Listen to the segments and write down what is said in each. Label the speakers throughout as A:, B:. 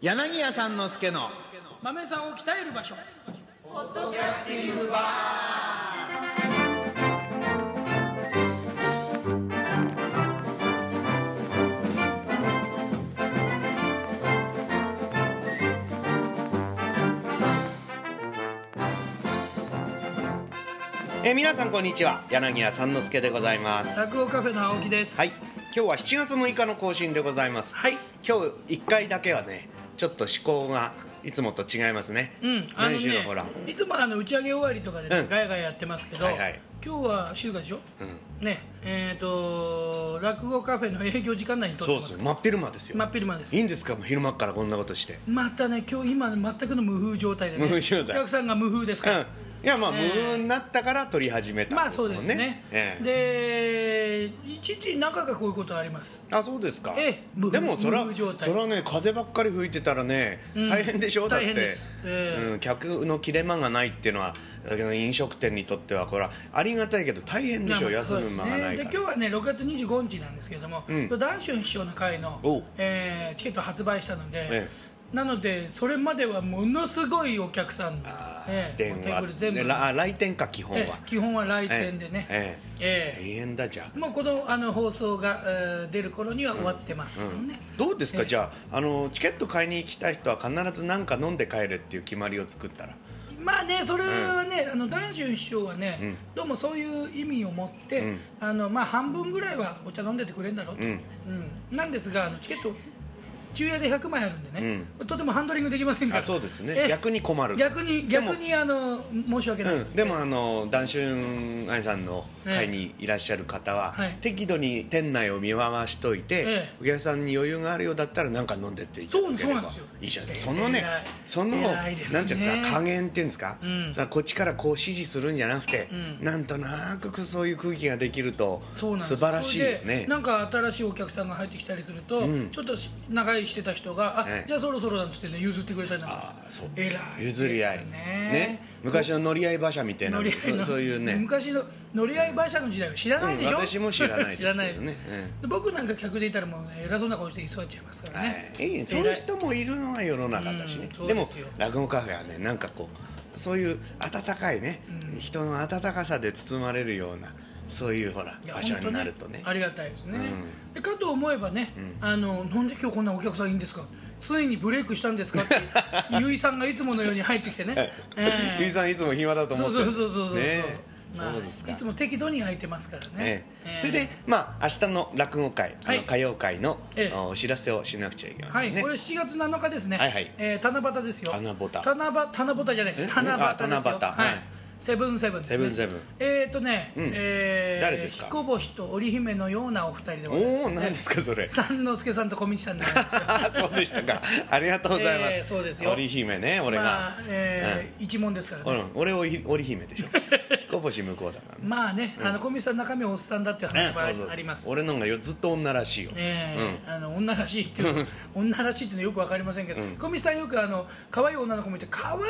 A: 柳家さんの助の
B: 豆さんを鍛える場所
C: えー皆さんこんにちは柳家三之助でございます
B: 落語カフェの青木です
C: はい今日は7月6日の更新でございます
B: はい
C: 今日1回だけはねちょっと思考がいつもと違いますね
B: うんあの
C: 何しろ
B: ね
C: ほら
B: いつもあの打ち上げ終わりとかでね、
C: うん
B: ガヤガヤやってますけど、
C: はいはい
B: 今日は静かでしょ
C: うん
B: ねえっ、と落語カフェの営業時間内に撮っ
C: そうですす
B: てま
C: 真っ昼間ですよ
B: 真っ昼間です
C: いいんですかもう昼間からこんなことして
B: またね今日今ね全くの無風状態でね
C: 無風状態
B: お客さんが無風です
C: う
B: か
C: ん
B: ら、
C: いやまあ無
B: ねえ
C: 風になったから撮り始めた
B: ま
C: ん
B: あ
C: ですも
B: そ
C: んね,、
B: うですね、
C: ええ
B: で一日何回かこういうことあります
C: あそうですか、
B: ええ無風
C: でもそれは
B: 無風状態
C: それはね風ばっかり吹いてたらね、
B: うん
C: 大変でしょだって
B: 大変ですええ
C: うん、客の切れ間がないっていうのはだけど飲食店にとってはこれはありがたいけど大変でしょ
B: まあ
C: 休
B: そう
C: む
B: です
C: 間がな
B: ね
C: い
B: で
C: か
B: 今
C: ら
B: 日はね6月25日なんですけれども、
C: うん
B: ダンシュン師匠の会
C: お
B: の
C: う、
B: えーチケット発売したので、
C: え
B: なのでそれまではものすごいお客さん
C: ああ
B: ええ
C: 電
B: もうテーブル
C: 話
B: 全部
C: でらあ来店か基本は
B: ええ基本は来店でね、
C: ええ
B: ええ
C: 大変だじゃあ
B: もうこのあの放送が、えー出る頃には終わってますけどね、
C: どうですか、
B: ええ
C: じゃああのチケット買いに来た人は必ず何か飲んで帰れっていう決まりを作ったら
B: まあねそれはね、あのダンシュン師匠はね、
C: うん
B: どうもそういう意味を持って、
C: うん
B: あのまあ、半分ぐらいはお茶飲んでてくれるんだろうと、
C: うん
B: うんなんですがあのチケット昼夜で100枚あるんでね、とてもハンドリングできませんから
C: あそうです
B: え
C: ね
B: え
C: 逆に困る
B: 逆に
C: でも
B: 逆にあの申し訳ない、
C: うん、でもあの談春愛さんの会にいらっしゃる方は、
B: はい
C: 適度に店内を見回しといて、
B: ええ
C: お客さんに余裕があるようだったら何か飲んでっていただけ
B: そう
C: れ
B: なんで
C: ば
B: すよ
C: いいじゃんそのね
B: 偉い
C: その
B: 偉いですね
C: なんていうんですか加減っていうんですか、
B: うん
C: さこっちからこう指示するんじゃなくて、
B: うん
C: なんとなくそういう空気ができると
B: そうなんです
C: 素晴らしいよ
B: それで
C: ね
B: なんか新しいお客さんが入ってきたりすると、
C: うん
B: ちょっとし長居してた人があ、
C: ええ
B: じゃあそろそろなんつってね譲ってくれたりなんか
C: ああそう
B: 偉いですね
C: 譲り合い昔の乗り合い馬車みたいな
B: 乗り合い
C: そ
B: の
C: そういうね、
B: 昔の乗り合い馬車の時代は知らないでしょ、
C: うん私も知らないですけどね
B: 知らない
C: うん
B: で僕なんか客でいたらもう、ね、偉そうな顔して居座っちゃいますからね、
C: はいいい、そういう人もいるのは世の中だしね、
B: うんそう
C: で
B: で
C: も
B: すよ
C: 落語カフェはねなんかこうそういう温かいね、
B: うん
C: 人の温かさで包まれるようなそういうほら
B: いや
C: 場所
B: 本当
C: になるとね
B: ありがたいですね、
C: うん
B: でかと思えばね、
C: うん
B: あのなんで今日こんなお客さんいいんですかついにブレイクしたんで すかって結衣さんがいつものように入ってきてね、ええ
C: ゆいさんいつも暇だと思
B: そ
C: っ
B: う
C: て
B: そうそうそうそうそう、
C: ね
B: まあ
C: そうですか
B: いつも適度に空いてますからね
C: え、えそれで、まあ明日の落語会、
B: は
C: あ
B: い
C: の歌謡会の、
B: ええ
C: お知らせをしなくちゃいけま
B: は
C: せ
B: い、
C: んね。
B: これ7月7日ですね、
C: はいはい
B: えー七夕ですよ、
C: 七夕
B: 七夕七夕じゃないです、
C: え
B: 七夕
C: あ
B: ですよ、
C: 七夕
B: は
C: はい
B: い、セブンセブンです、ね、
C: セブンセブン
B: えっ、とね、
C: うん
B: えー
C: 誰ですか
B: 彦星と織姫のようなお二人でござい
C: おお、
B: ます、
C: 何ですかそれ。
B: 三之助さんと小道さんでござ いますよ
C: そうでしたか。ありがとうございます。
B: ええそうですよ
C: 織姫ね、俺が。
B: まあえー一問ですから
C: う
B: ね、
C: ん、俺織織姫 でしょ彦星向こうだからね
B: まあね、あの小道さん中身はおっさんだっていう話
C: そうそうそう
B: はあります、
C: 俺の方がよずっと女らしいよ、
B: ええあの女らしいっていう女らしいっていうのよくわかりませんけど、
C: うん
B: 小道さんよくあの可愛い女の子見て可愛いね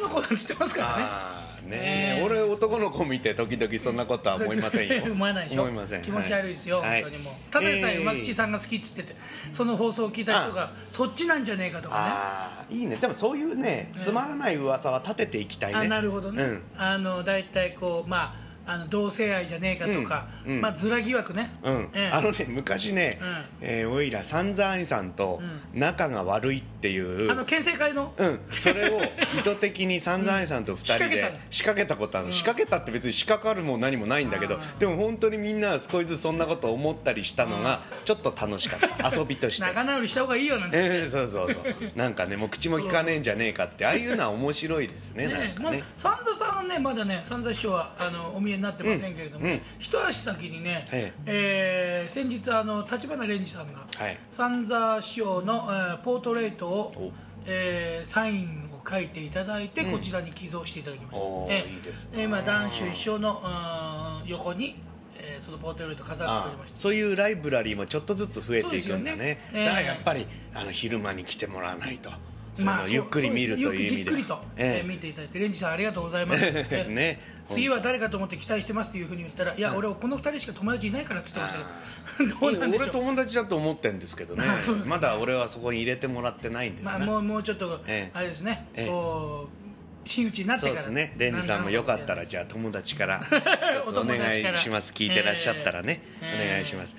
B: あの子なんて言ってますからね
C: ああね
B: ね
C: え
B: え
C: 俺男の子見て時々そんなことは思いませんよ
B: 思わないでしょ
C: 思いません
B: 気持ち悪いですよ、
C: は
B: 本当にもうただでさえ馬吉
C: ん、
B: さんが好きっつっててその放送を聞いた人がそっちなんじゃねえかとか
C: ああいいねでもそういうね
B: ええ
C: つまらない噂は立てていきたい
B: ね
C: ね、
B: あなるほどね、
C: うん
B: あの大体こうまああの同性愛じゃねえかとか、
C: うんうん
B: まあずら疑惑ね、
C: うん
B: ええ
C: あのね昔ね、
B: うん
C: えーおいら三山愛さんと仲が悪いっていう、
B: あの県政会の、
C: うん、それを意図的に散々愛さんと2人
B: うん仕掛けた
C: で仕掛けた
B: の
C: ことある、
B: うん
C: 仕掛けたって別に仕掛かるも何もないんだけど
B: あー
C: でも本当にみんなは少しずつそんなことを思ったりしたのがちょっと楽しかった、 遊びとして。
B: 仲直りした方がいいよなんて、
C: えーそうそうそうなんかねもう口も聞かねえんじゃねえかってああいうのは面白いですね
B: ね
C: なん
B: ま
C: か
B: あ
C: ね、
B: 三田さんはねまだね三田師匠はあのお見えになってませんけれども、
C: うんうん
B: 一足先にね、
C: え
B: えー先日あの立花蓮司さんが
C: はい
B: 三田師匠の、えーポートレートを
C: お、
B: えーサインを書いていただいて、
C: うん
B: こちらに寄贈していただきました
C: おー
B: え
C: いいですね
B: えー今談春師匠のあー横に、えーそのポートレート飾ってお
C: あ
B: りまし
C: ー
B: た
C: そういうライブラリーもちょっとずつ増えていくんだ
B: そうで
C: ね
B: すよね
C: だから
B: えー
C: やっぱりあの昼間に来てもらわないとそういうのをゆっくり見るという意味で
B: ゆっくりじっくりと、
C: え
B: えー
C: え
B: 見ていただいてレンジさんありがとうございます、えー
C: ね
B: 次は誰かと思って期待してますというふうに言ったらいや俺はこの2人しか友達いないからって言ってましたけ どどうなんでし
C: 俺
B: ょう
C: 友達だと思ってるんですけどね
B: あそうですか
C: まだ俺はそこに入れてもらってないんですね、
B: まあ、もうもうちょっと、
C: ええ
B: あれですね、
C: ええ
B: こう真打ちになって
C: そう
B: か
C: で
B: ら
C: すねレンジさんもよかったらじゃあ友達から 一つお願いします聞いてらっしゃったらね、
B: ええ
C: お願いします、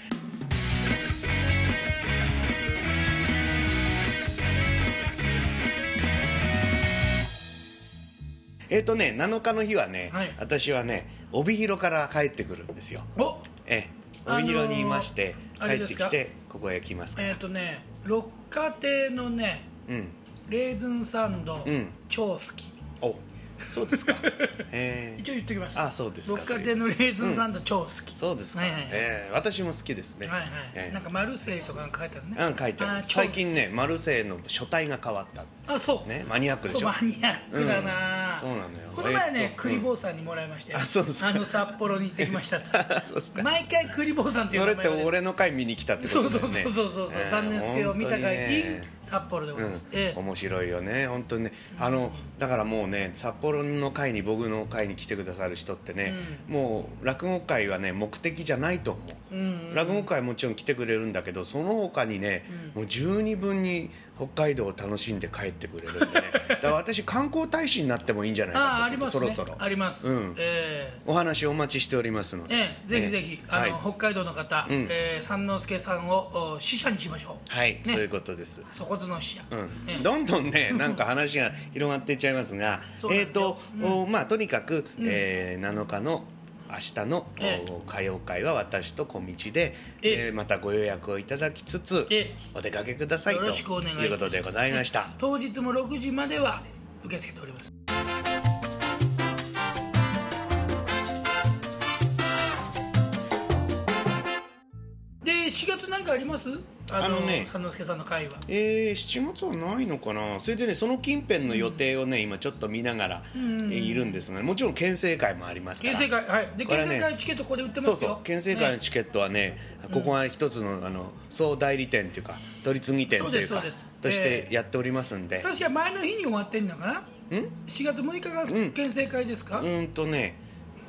C: えっ、とね7日の日はね、
B: はい
C: 私はね帯広から帰ってくるんですよ
B: お
C: ええ
B: あのー
C: 帯広にいまして、
B: あれ
C: 帰
B: で
C: っ
B: す
C: て
B: か
C: きてここへ来ますから、
B: えっ、とね六花亭のね
C: うん
B: レーズンサンド、
C: うん
B: 超好き
C: おそうですかええ
B: 一応言っておきます
C: あそうですか
B: 六花亭のレーズンサンド、超好き
C: そうですか、
B: はいはいはい
C: ええ私も好きですね
B: はいはい、
C: ええ
B: なんかマルセイとかなんか書いてあるね
C: うん、書いてある
B: ー超好き
C: 最近ねマルセイの書体が変わったんで
B: あそう、
C: すねマニアックで
B: そう
C: しょ
B: マニアックだな、
C: うんそうなのよ
B: この前
C: え
B: ね
C: っと
B: 栗坊さんにもらいましたよ
C: あそうですか
B: あの札幌に行ってきましたって
C: そうっすか
B: 毎回栗坊さんっていう
C: それ
B: 名
C: って
B: 前をね
C: 俺の回見に来たってこ
B: そう
C: と
B: そ
C: だ
B: う
C: よ
B: そ
C: ね
B: うそうそうそう、
C: ええ
B: 三年生を見た
C: 本当に
B: 回に
C: ね
B: 札幌でございます、え
C: うん、面白いよね本当にねあのだからもうね札幌の会に僕の会に来てくださる人ってね、もう落語会はね目的じゃないと思う
B: えうん
C: 落語会もちろん来てくれるんだけどその他にね、もう十二分に北海道を楽しんで帰ってくれるんで ねだから私観光大使になってもいいんじゃないかと
B: あああ
C: 思
B: り
C: って
B: ます
C: そ
B: ね
C: ろそろ
B: あります、
C: うん
B: ええ
C: お話お待ちしておりますので、
B: ええぜひぜひ、あの
C: はい、
B: 北海道の方、
C: うん
B: ええ三之助さんをお使者にしましょ
C: はい
B: ね
C: そういうことです、
B: うそこずの使者、
C: うん
B: ええ
C: どんどん ねなんか話が広がっていっちゃいますが
B: そうなん
C: え
B: で
C: っ
B: すよ
C: と、おまあとにかく、えー7日の明日の、
B: ええ
C: お歌謡会は私と小道で、
B: ええ
C: えーまたご予約をいただきつつ、
B: ええ
C: お出かけください
B: よ
C: と
B: ろしくお願いいたします
C: いうことでございました、
B: 当日も6時までは受け付けておりますで4月なんかありますあの
C: あのね
B: 三之助さんの会は
C: えー、7月はないのかなそれでねその近辺の予定をね、今ちょっと見ながら、
B: うんうんうん
C: えーいるんですが、もちろん県政会もありますか
B: 県
C: ら
B: 政会はいで
C: これ
B: 県
C: ね
B: 政会チケットここで売ってます
C: そ
B: よ
C: うそう県政会の
B: ね
C: チケットはねここが一つの,、あの総代理店というか取り次ぎ店というか
B: そうですそうです
C: とし
B: え
C: て
B: え
C: やっておりますんで、
B: 確か前の日に終わってんのかな4月6日が
C: ん
B: 県政会ですか、
C: うんうんとね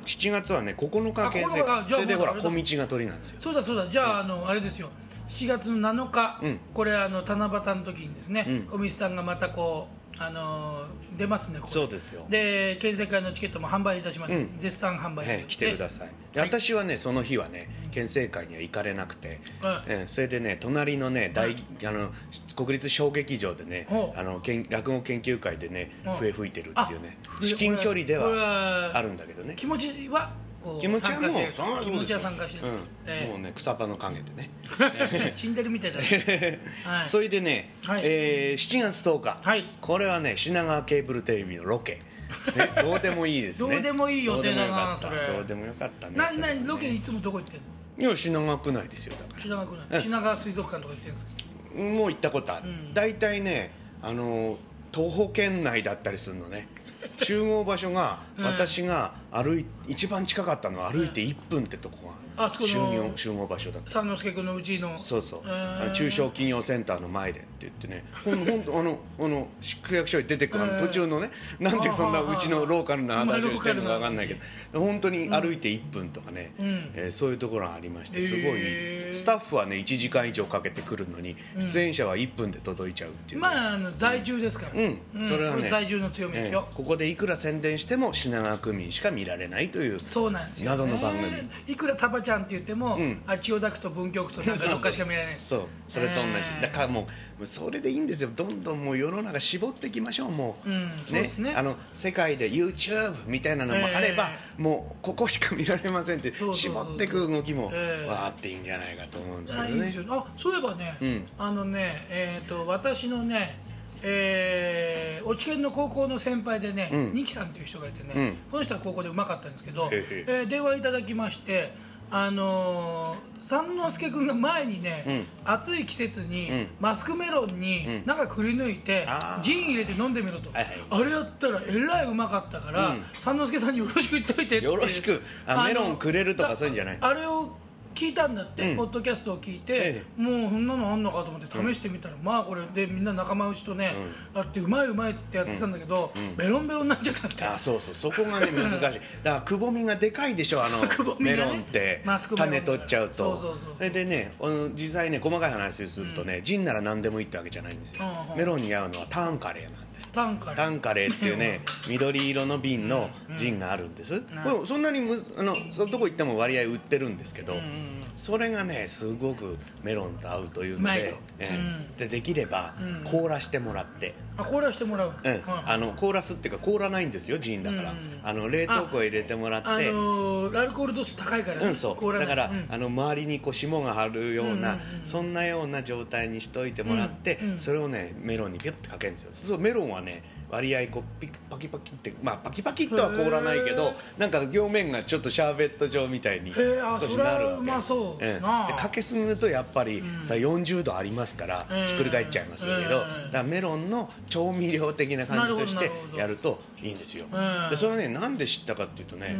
C: 7月はね9
B: あ
C: 日県政会
B: 9日じゃ
C: そ
B: あ
C: れでほら
B: まだ
C: 小道が鳥なんですよ
B: そうだそうだじゃあ,、あのあれですよ7月の7日、
C: うん
B: これあの七夕の時にですね、
C: うん
B: 小道さんがまたこう、あのー出ますねここ
C: そうですよ
B: で県政会のチケットも販売いたしました、
C: うん
B: 絶賛販売中
C: ええ来てくださいで
B: はい
C: 私はねその日はね県政会には行かれなくて、
B: うん
C: ええそれでね隣のね
B: は
C: 大
B: い
C: あの国立小劇場でね
B: お
C: あのけん落語研究会でね
B: うん
C: 笛吹いてるっていうね
B: あ
C: 至近距離で
B: これ
C: は
B: は
C: あるんだけどね
B: 気持ちはこう
C: 気持ちはもう
B: 参加してる
C: そう
B: 気持ちは参加してる、
C: うん
B: ええ
C: もうね草葉の陰でね
B: 死んでるみたい だねはい
C: それでね、
B: はい
C: えー7月10日、
B: はい
C: これはね品川ケーブルテレビのロケ、 ね、どうでもいいですね
B: どうでもいい予定だな
C: どうでもよかった
B: それ
C: どうでもよかったね
B: な
C: それは
B: な
C: ね
B: ロケいつもどこ行ってんの
C: いや品川区内ですよだか
B: 品川区内品川水族館とか行ってるんですから
C: もう行ったことある、
B: うん
C: 大体ねあの徒歩圏内だったりするのね 集合場所が
B: うん
C: 私が歩い一番近かったのは歩いて1分ってとこ
B: あ
C: が
B: そこの
C: 集合集合場所だった
B: 三之助君のうちの
C: そうそう、
B: えー
C: あの中小企業センターの前でって言ってね、 ほんほんとあのあの区役所に出てくるあ
B: え
C: の
B: ー
C: 途中のね、なんでそんな
B: あー
C: うちのローカルな話をしてるのか分かんないけど、本当に歩いて1分とかね、
B: うん
C: えーそういうところがありまして、
B: へー
C: すごいいいです、スタッフはね1時間以上かけてくるのに、出演者は1分で届いちゃうっていうね、
B: まああの在住ですか
C: う
B: ら、
C: んそれはね
B: こ在住の強みですよ
C: えー、ここでいくら宣伝しても品川区民しか見られないという。
B: そうなんですよ、ね、
C: 謎の番組
B: いくらタバちゃんって言っても、
C: うん
B: あ千代田区と文京区となんかどっかしか見られない
C: そうそれと同じ、
B: えー
C: だからもうそれでいいんですよどんどんもう世の中絞っていきましょうもう、
B: うんそうですね
C: あの世界で YouTube みたいなのもあれば、もうここしか見られませんって
B: そうそうそう
C: 絞っていく動きも、
B: えー
C: わーっていいんじゃないかと思うんですけ
B: あ
C: ど
B: いいです
C: ね
B: よあそういえばね、
C: うん
B: あのね、えー、と私のね、えー、お知見の高校の先輩でね、
C: うん
B: 二木さんっていう人がいてね、
C: うん
B: この人は高校でうまかったんですけど、
C: へへ
B: えー電話いただきまして、あのー三之助君が前にね、
C: うん
B: 暑い季節に、
C: うん
B: マスクメロンに
C: うん
B: 中くり抜いて、
C: あー
B: ジン入れて飲んでみろと、
C: はいはい
B: あれやったらえらいうまかったから、
C: うん
B: 三之助さんによろしく言っといてっていう
C: よろしくあメロンくれるとかそういうんじゃない
B: あれを聞いたんだって、
C: うん
B: ポッドキャストを聞いて
C: え、
B: もうそんなのあんのかと思って試してみたら、まあこれでみんな仲間内とね、だってうまいうまいってやってたんだけど、
C: うんうん
B: ベロンベロンになっちゃったって
C: あそうそうそこがね 難しいだからくぼみがでかいでしょあの
B: くぼみが
C: メ
B: ね
C: ロンって
B: マスクメロン
C: 種取っちゃう
B: そう
C: と
B: そうそうそう
C: それでねあの実際ね細かい話をするとねジンなら何でもいいってわけじゃないんですよ
B: うんうん
C: メロンに合うのはターンカレーなんです
B: タンカ
C: タ
B: レ
C: ンカレーっていうね緑色の瓶の
B: うん
C: ジンがあるんです、
B: ん
C: これそんなにむあのそどこ行っても割合売ってるんですけど、
B: うんうん
C: それがねすごくメロンと合うという
B: う
C: の
B: まい
C: で
B: と
C: ええ
B: うん
C: でできれば
B: うん
C: 凍らしてもらって、
B: あこれはしてもらう、
C: うん
B: はい
C: あの凍らすっていうか凍らないんですよジンだから、
B: うん
C: あの冷凍庫へ入れてもらって、
B: あのーアルコール度数高いからね、
C: うん、そ
B: 凍
C: う
B: らな
C: だ
B: い
C: から、
B: うん
C: あの周りにこう霜が張るような、
B: うんうんうん
C: そんなような状態にしといてもらって、
B: うんうん
C: それをねメロンにピュッてかけるんですよそうメロンはね割合こうピクパキパキってまあパキパキとは凍らないけ
B: へ
C: どなんか表面がちょっとシャーベット状みたいに
B: へえあ
C: 少しなる
B: それはうまそうです
C: ん
B: な
C: でかけすぎるとやっぱり、
B: うん
C: さ40度ありますから、
B: うん
C: ひっくり返っちゃいますけど、だからメロンの調味料的な感じとし
B: なる
C: て
B: ほどなるほど
C: やるといいんですよ、
B: うん
C: でそれはねなんで知ったかっていうとね、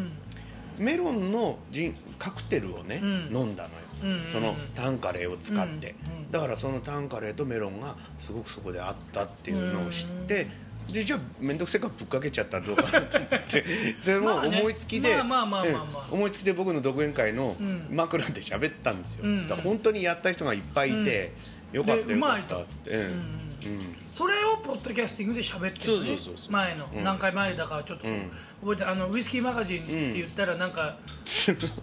C: メロンのジンカクテルをね、
B: うん
C: 飲んだ
B: う
C: の
B: ん
C: よ、
B: うんうん
C: そのタンカレーを使って、
B: うんうん
C: だからそのタンカレーとメロンがすごくそこであったっていうのを知って、でじゃあ面倒くせえからぶっかけちゃったらどうかなと思って それも
B: まあね
C: 思いつきで
B: まあまあまあまあまあ
C: うん思いつきで僕の独演会の
B: うん
C: 枕で喋ったんですよ、
B: うん
C: だから本当にやった人がいっぱいいて、よかった
B: で
C: よかっ
B: う
C: たっ
B: まい
C: て、うん
B: うん
C: うん
B: それをポッドキャスティングで喋ってる、ね、
C: そうそうそうそう
B: 前の、
C: うん
B: 何回前だかちょっと
C: うん
B: 覚えてあのウイスキーマガジンって言ったらなんか、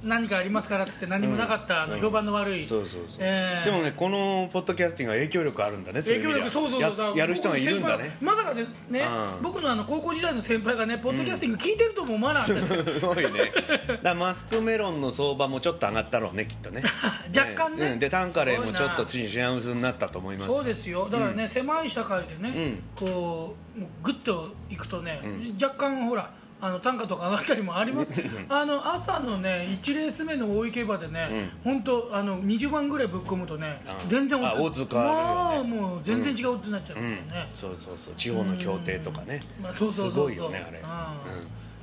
B: 何かありますからって言って何もなかった、あの
C: うん
B: 評判の悪い、
C: そうそうそう、
B: えー
C: でもねこのポッドキャスティングは影響力あるんだね
B: 影響力
C: そ
B: そうう
C: い
B: そうう
C: 意味
B: そう
C: ではややる人がいるんだね
B: 僕の先輩まさかですね、
C: うん
B: 僕のあの高校時代の先輩がねポッドキャスティング聞いてるとも思わなかったですよ、
C: すごいねだからマスクメロンの相場もちょっと上がったろうねきっとね
B: 若干ね
C: うんでタンカレーもちょっと
B: す
C: 品薄になったと思います
B: そうですよだからね、狭い社会でね、こうもうグッといくとね、
C: う
B: 若干ほらあの単価とか上がったりもありますあの朝のね1レース目の大井競馬でね、本当あの20番ぐらいぶっ込むとね、
C: うん
B: 全然
C: あオッズ変わるよね
B: もうもう全然違うオッズになっちゃいうますよ
C: ん
B: ね、
C: そうそうそう地方の協定とかね
B: うんまあ、
C: す
B: そうそうそうそう
C: ごいよねあれ
B: う
C: う
B: ん
C: ん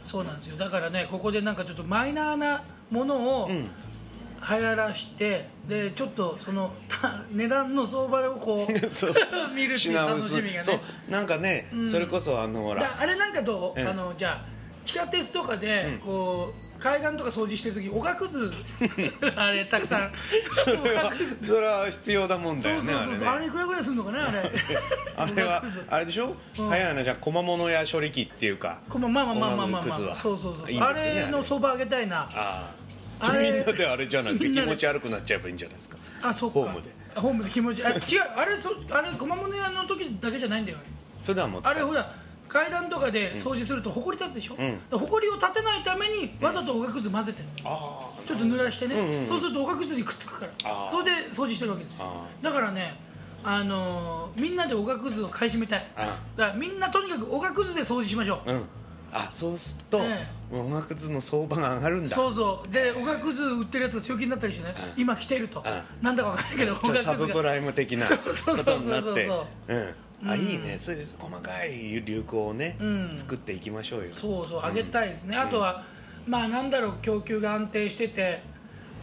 B: そうなんですよだからねここでなんかちょっとマイナーなものを
C: う
B: 流
C: ん
B: 行らして、でちょっとそのた値段の相場を こう
C: そう
B: 見るっていう
C: 品
B: 楽
C: 薄
B: しみがね
C: そうなんかね
B: うん
C: それこそあのほ
B: だ
C: ら
B: あれなんかどう、
C: ええ
B: あのじゃあ地下鉄とかで、
C: うん
B: こう海岸とか掃除してる時おがくずあれたくさん
C: それ
B: お
C: は
B: がくず
C: それは必要だもんだ
B: そう
C: よ
B: そう
C: ねあ
B: そう
C: れ
B: そうあれ
C: ね
B: いくらぐらいするのかな あれ
C: あれは
B: おがくず
C: あれでしょ
B: うん
C: 早いなじゃあ小物や処理機っていうか
B: こまあまあまあまあまあまあ、
C: おがくずは
B: そうそうそう
C: いいですよね
B: あ
C: あれ
B: れの相場上げたいな
C: ああ
B: あ
C: み
B: れ
C: んなであれじゃないです
B: みん
C: か
B: な
C: 気
B: で
C: 持ち悪くなっちゃえばいいんじゃないですか
B: あそっか
C: ホームで
B: あホームで気持ちいいあ違うあれそあれ駒物屋の時だけじゃないんだよ
C: 普段も使
B: あ
C: う
B: れほら階段とかで掃除すると埃立つでしょ、
C: うん
B: だから埃を立てないためにわざとおがくず混ぜてる、
C: ああ
B: ちょっと濡らしてね、
C: うんうんうん
B: そうするとおがくずにくっつくか
C: あ
B: ら
C: ー
B: それで掃除してるわけです
C: あ
B: だからねあのーみんなでおがくずを買い占めたいだ
C: あ
B: からみんなとにかくおがくずで掃除しましょう
C: うんあそうすると
B: え
C: 音楽図の相場が上がるんだ
B: そうそうでおがくず売ってるやつが強気になったりしてね、
C: うん
B: 今来てると、
C: う
B: なんだかわからないけどお
C: ちょっとサ
B: がく
C: ブ
B: ず
C: プ
B: が
C: ライム的な
B: そうそうそうそう
C: ことになって
B: そう
C: うんあ
B: うん
C: いいねそういう細かい流行をね
B: うん
C: 作っていきましょうよ
B: そうそう上げたいですね、あとはまあなんだろう供給が安定してて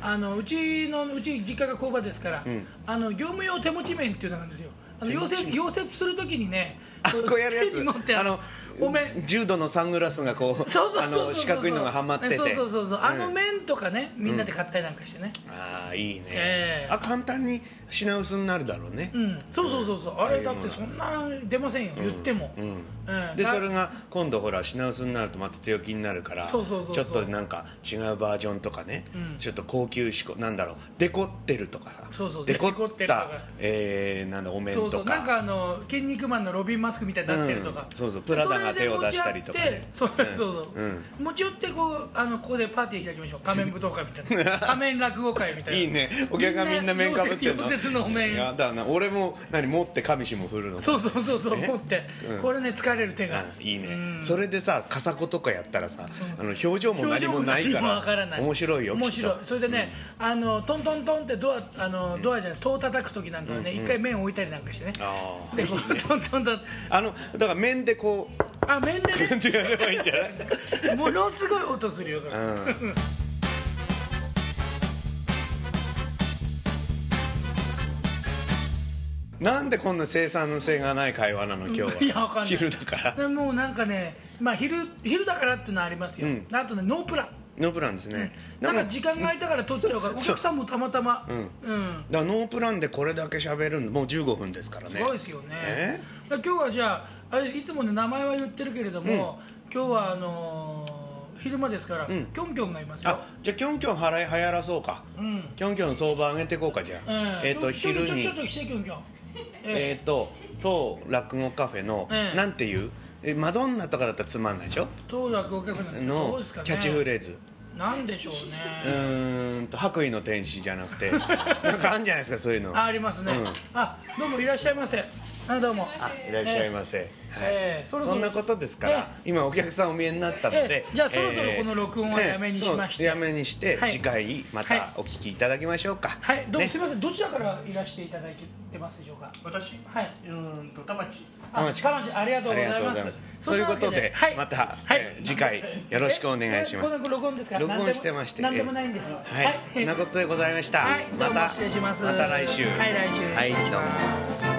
B: あのうちのうち実家が工場ですから、
C: うん
B: あの業務用手持ち麺っていうのがあるんですよあの
C: 手
B: 溶
C: 持ち麺
B: 接溶接するときにね
C: あこうやるや
B: 手に持って
C: つあの
B: お面
C: 重度のサングラスがこう
B: そうそう
C: あ
B: そうそう
C: の四角いのがはまってて
B: そうそうそうそうあの
C: うん
B: 麺とかねみんなで買ったりなんかしてね
C: ああいいね、
B: ええ
C: あ簡単に品薄になるだろうね、
B: うん、そうそうそうそうあれだってそんな出ませんよ、
C: うん
B: 言っても、
C: うん
B: うん
C: で
B: だ
C: それが今度ほら品薄になるとまた強気になるから
B: そうそうそうそう
C: ちょっとなんか違うバージョンとかね、
B: うん
C: ちょっと高級志向なんだろうデコってるとかさ
B: そうそう
C: デコっ
B: デコってると
C: た
B: か
C: えーなんだお面と
B: そ
C: か
B: うそうなんかあの「筋肉マン」のロビン・マスクみたいになってるとか、
C: うんそうそうプラダが手を出したりとかね
B: それで持ち寄ってそうそうそう、
C: うん
B: 持ち寄ってこうあのここでパーティー開きましょう仮面武道会みたい な仮面落語会みたいない
C: いねお客がみんな面かぶってんの
B: 溶接溶接のお面
C: やだな俺も何持って神しも振るの
B: そうそうそうそう
C: ね
B: 持って、
C: うん
B: これね疲れる手が、
C: うんいいね、
B: うん
C: それでさカサコとかやったらさ、
B: うん
C: あの表情も何もないか
B: 表情も何もわ
C: ら
B: からない
C: 面白いよ
B: 面白い
C: きっと
B: それでね、あのトントントンってドアあの、ドアじゃない戸を叩く時なんかはね
C: うん
B: 一、
C: うん
B: 回面置いたりなんかしてね、
C: ああ
B: でこうトントントン
C: あのだから面でこ う
B: あ面でね
C: ってやればいいんじゃない
B: ものすごい音するよそれ、
C: うんなんでこんな生産性がない会話なの今日は
B: いやわかんない
C: 昼だから
B: でもうなんかね、まあ、昼昼だからっていうのはありますよ、
C: うん
B: あとねノープラン、
C: ノープランですね、
B: なん
C: な
B: か
C: んか
B: 時間が空いたから取っちゃうからお
C: そう
B: 客さんもたまたま
C: うん
B: うん、
C: だからノープランでこれだけ喋るのもう15分ですから
B: す
C: ね
B: ごいですよね
C: ね
B: だから今日はじゃああれいつもね名前は言ってるけれども、今日はあのー昼間ですから、
C: うん
B: キョンキョンがいますよ
C: あじゃあキョンキョン払い流行らそうか
B: うん
C: キョンキョン相場上げていこうかじゃあ、えっ、と
B: キョンキ
C: 昼
B: ョン
C: に
B: ちょっと来てキョンキョン
C: えっ、と当落語カフェの、
B: ええ
C: なんていうえマドンナとかだったらつまんないでしょ
B: 当落語客なんてどう
C: の
B: ですかね
C: キャッチフレーズ
B: なんでしょう
C: う
B: ね、
C: ーんと白衣の天使じゃなく てなんかあるんじゃないですかそういうの
B: あありますね、
C: うん
B: あどうもいらっしゃいませあどうも
C: あいらっしゃいませ、はい
B: ええそ
C: そ
B: ろそろ
C: んなことですから、今お客さんお見えになったので
B: え、えじゃあそろそろこの録音はやめにしまして
C: そうやめにして、
B: はい
C: 次回ま
B: はい
C: たお聞きいただきましょうか
B: はいどうも、
C: ね
B: すみませんどちらからいらしていただいてますでしょうか
A: 私、
B: はい、
A: うーんと田町
B: あ
C: 玉地
B: 玉地ありがとう
C: あ
B: ご
C: り
B: ざ
C: がと
B: い
C: うご
B: ま
C: ざい
B: す
C: ますそういうことで、
B: はい
C: また、
B: はい
C: えー次回よろしくお願いしま
B: え
C: す
B: この録音ですから
C: 録音してまして
B: 何でも何でもないんです
C: はい、そんなことでございました、
B: はい、どう
C: ま
B: も
C: た
B: 失礼します
C: また来週
B: はい来週
C: はい
B: 失礼し
C: どうも
B: ます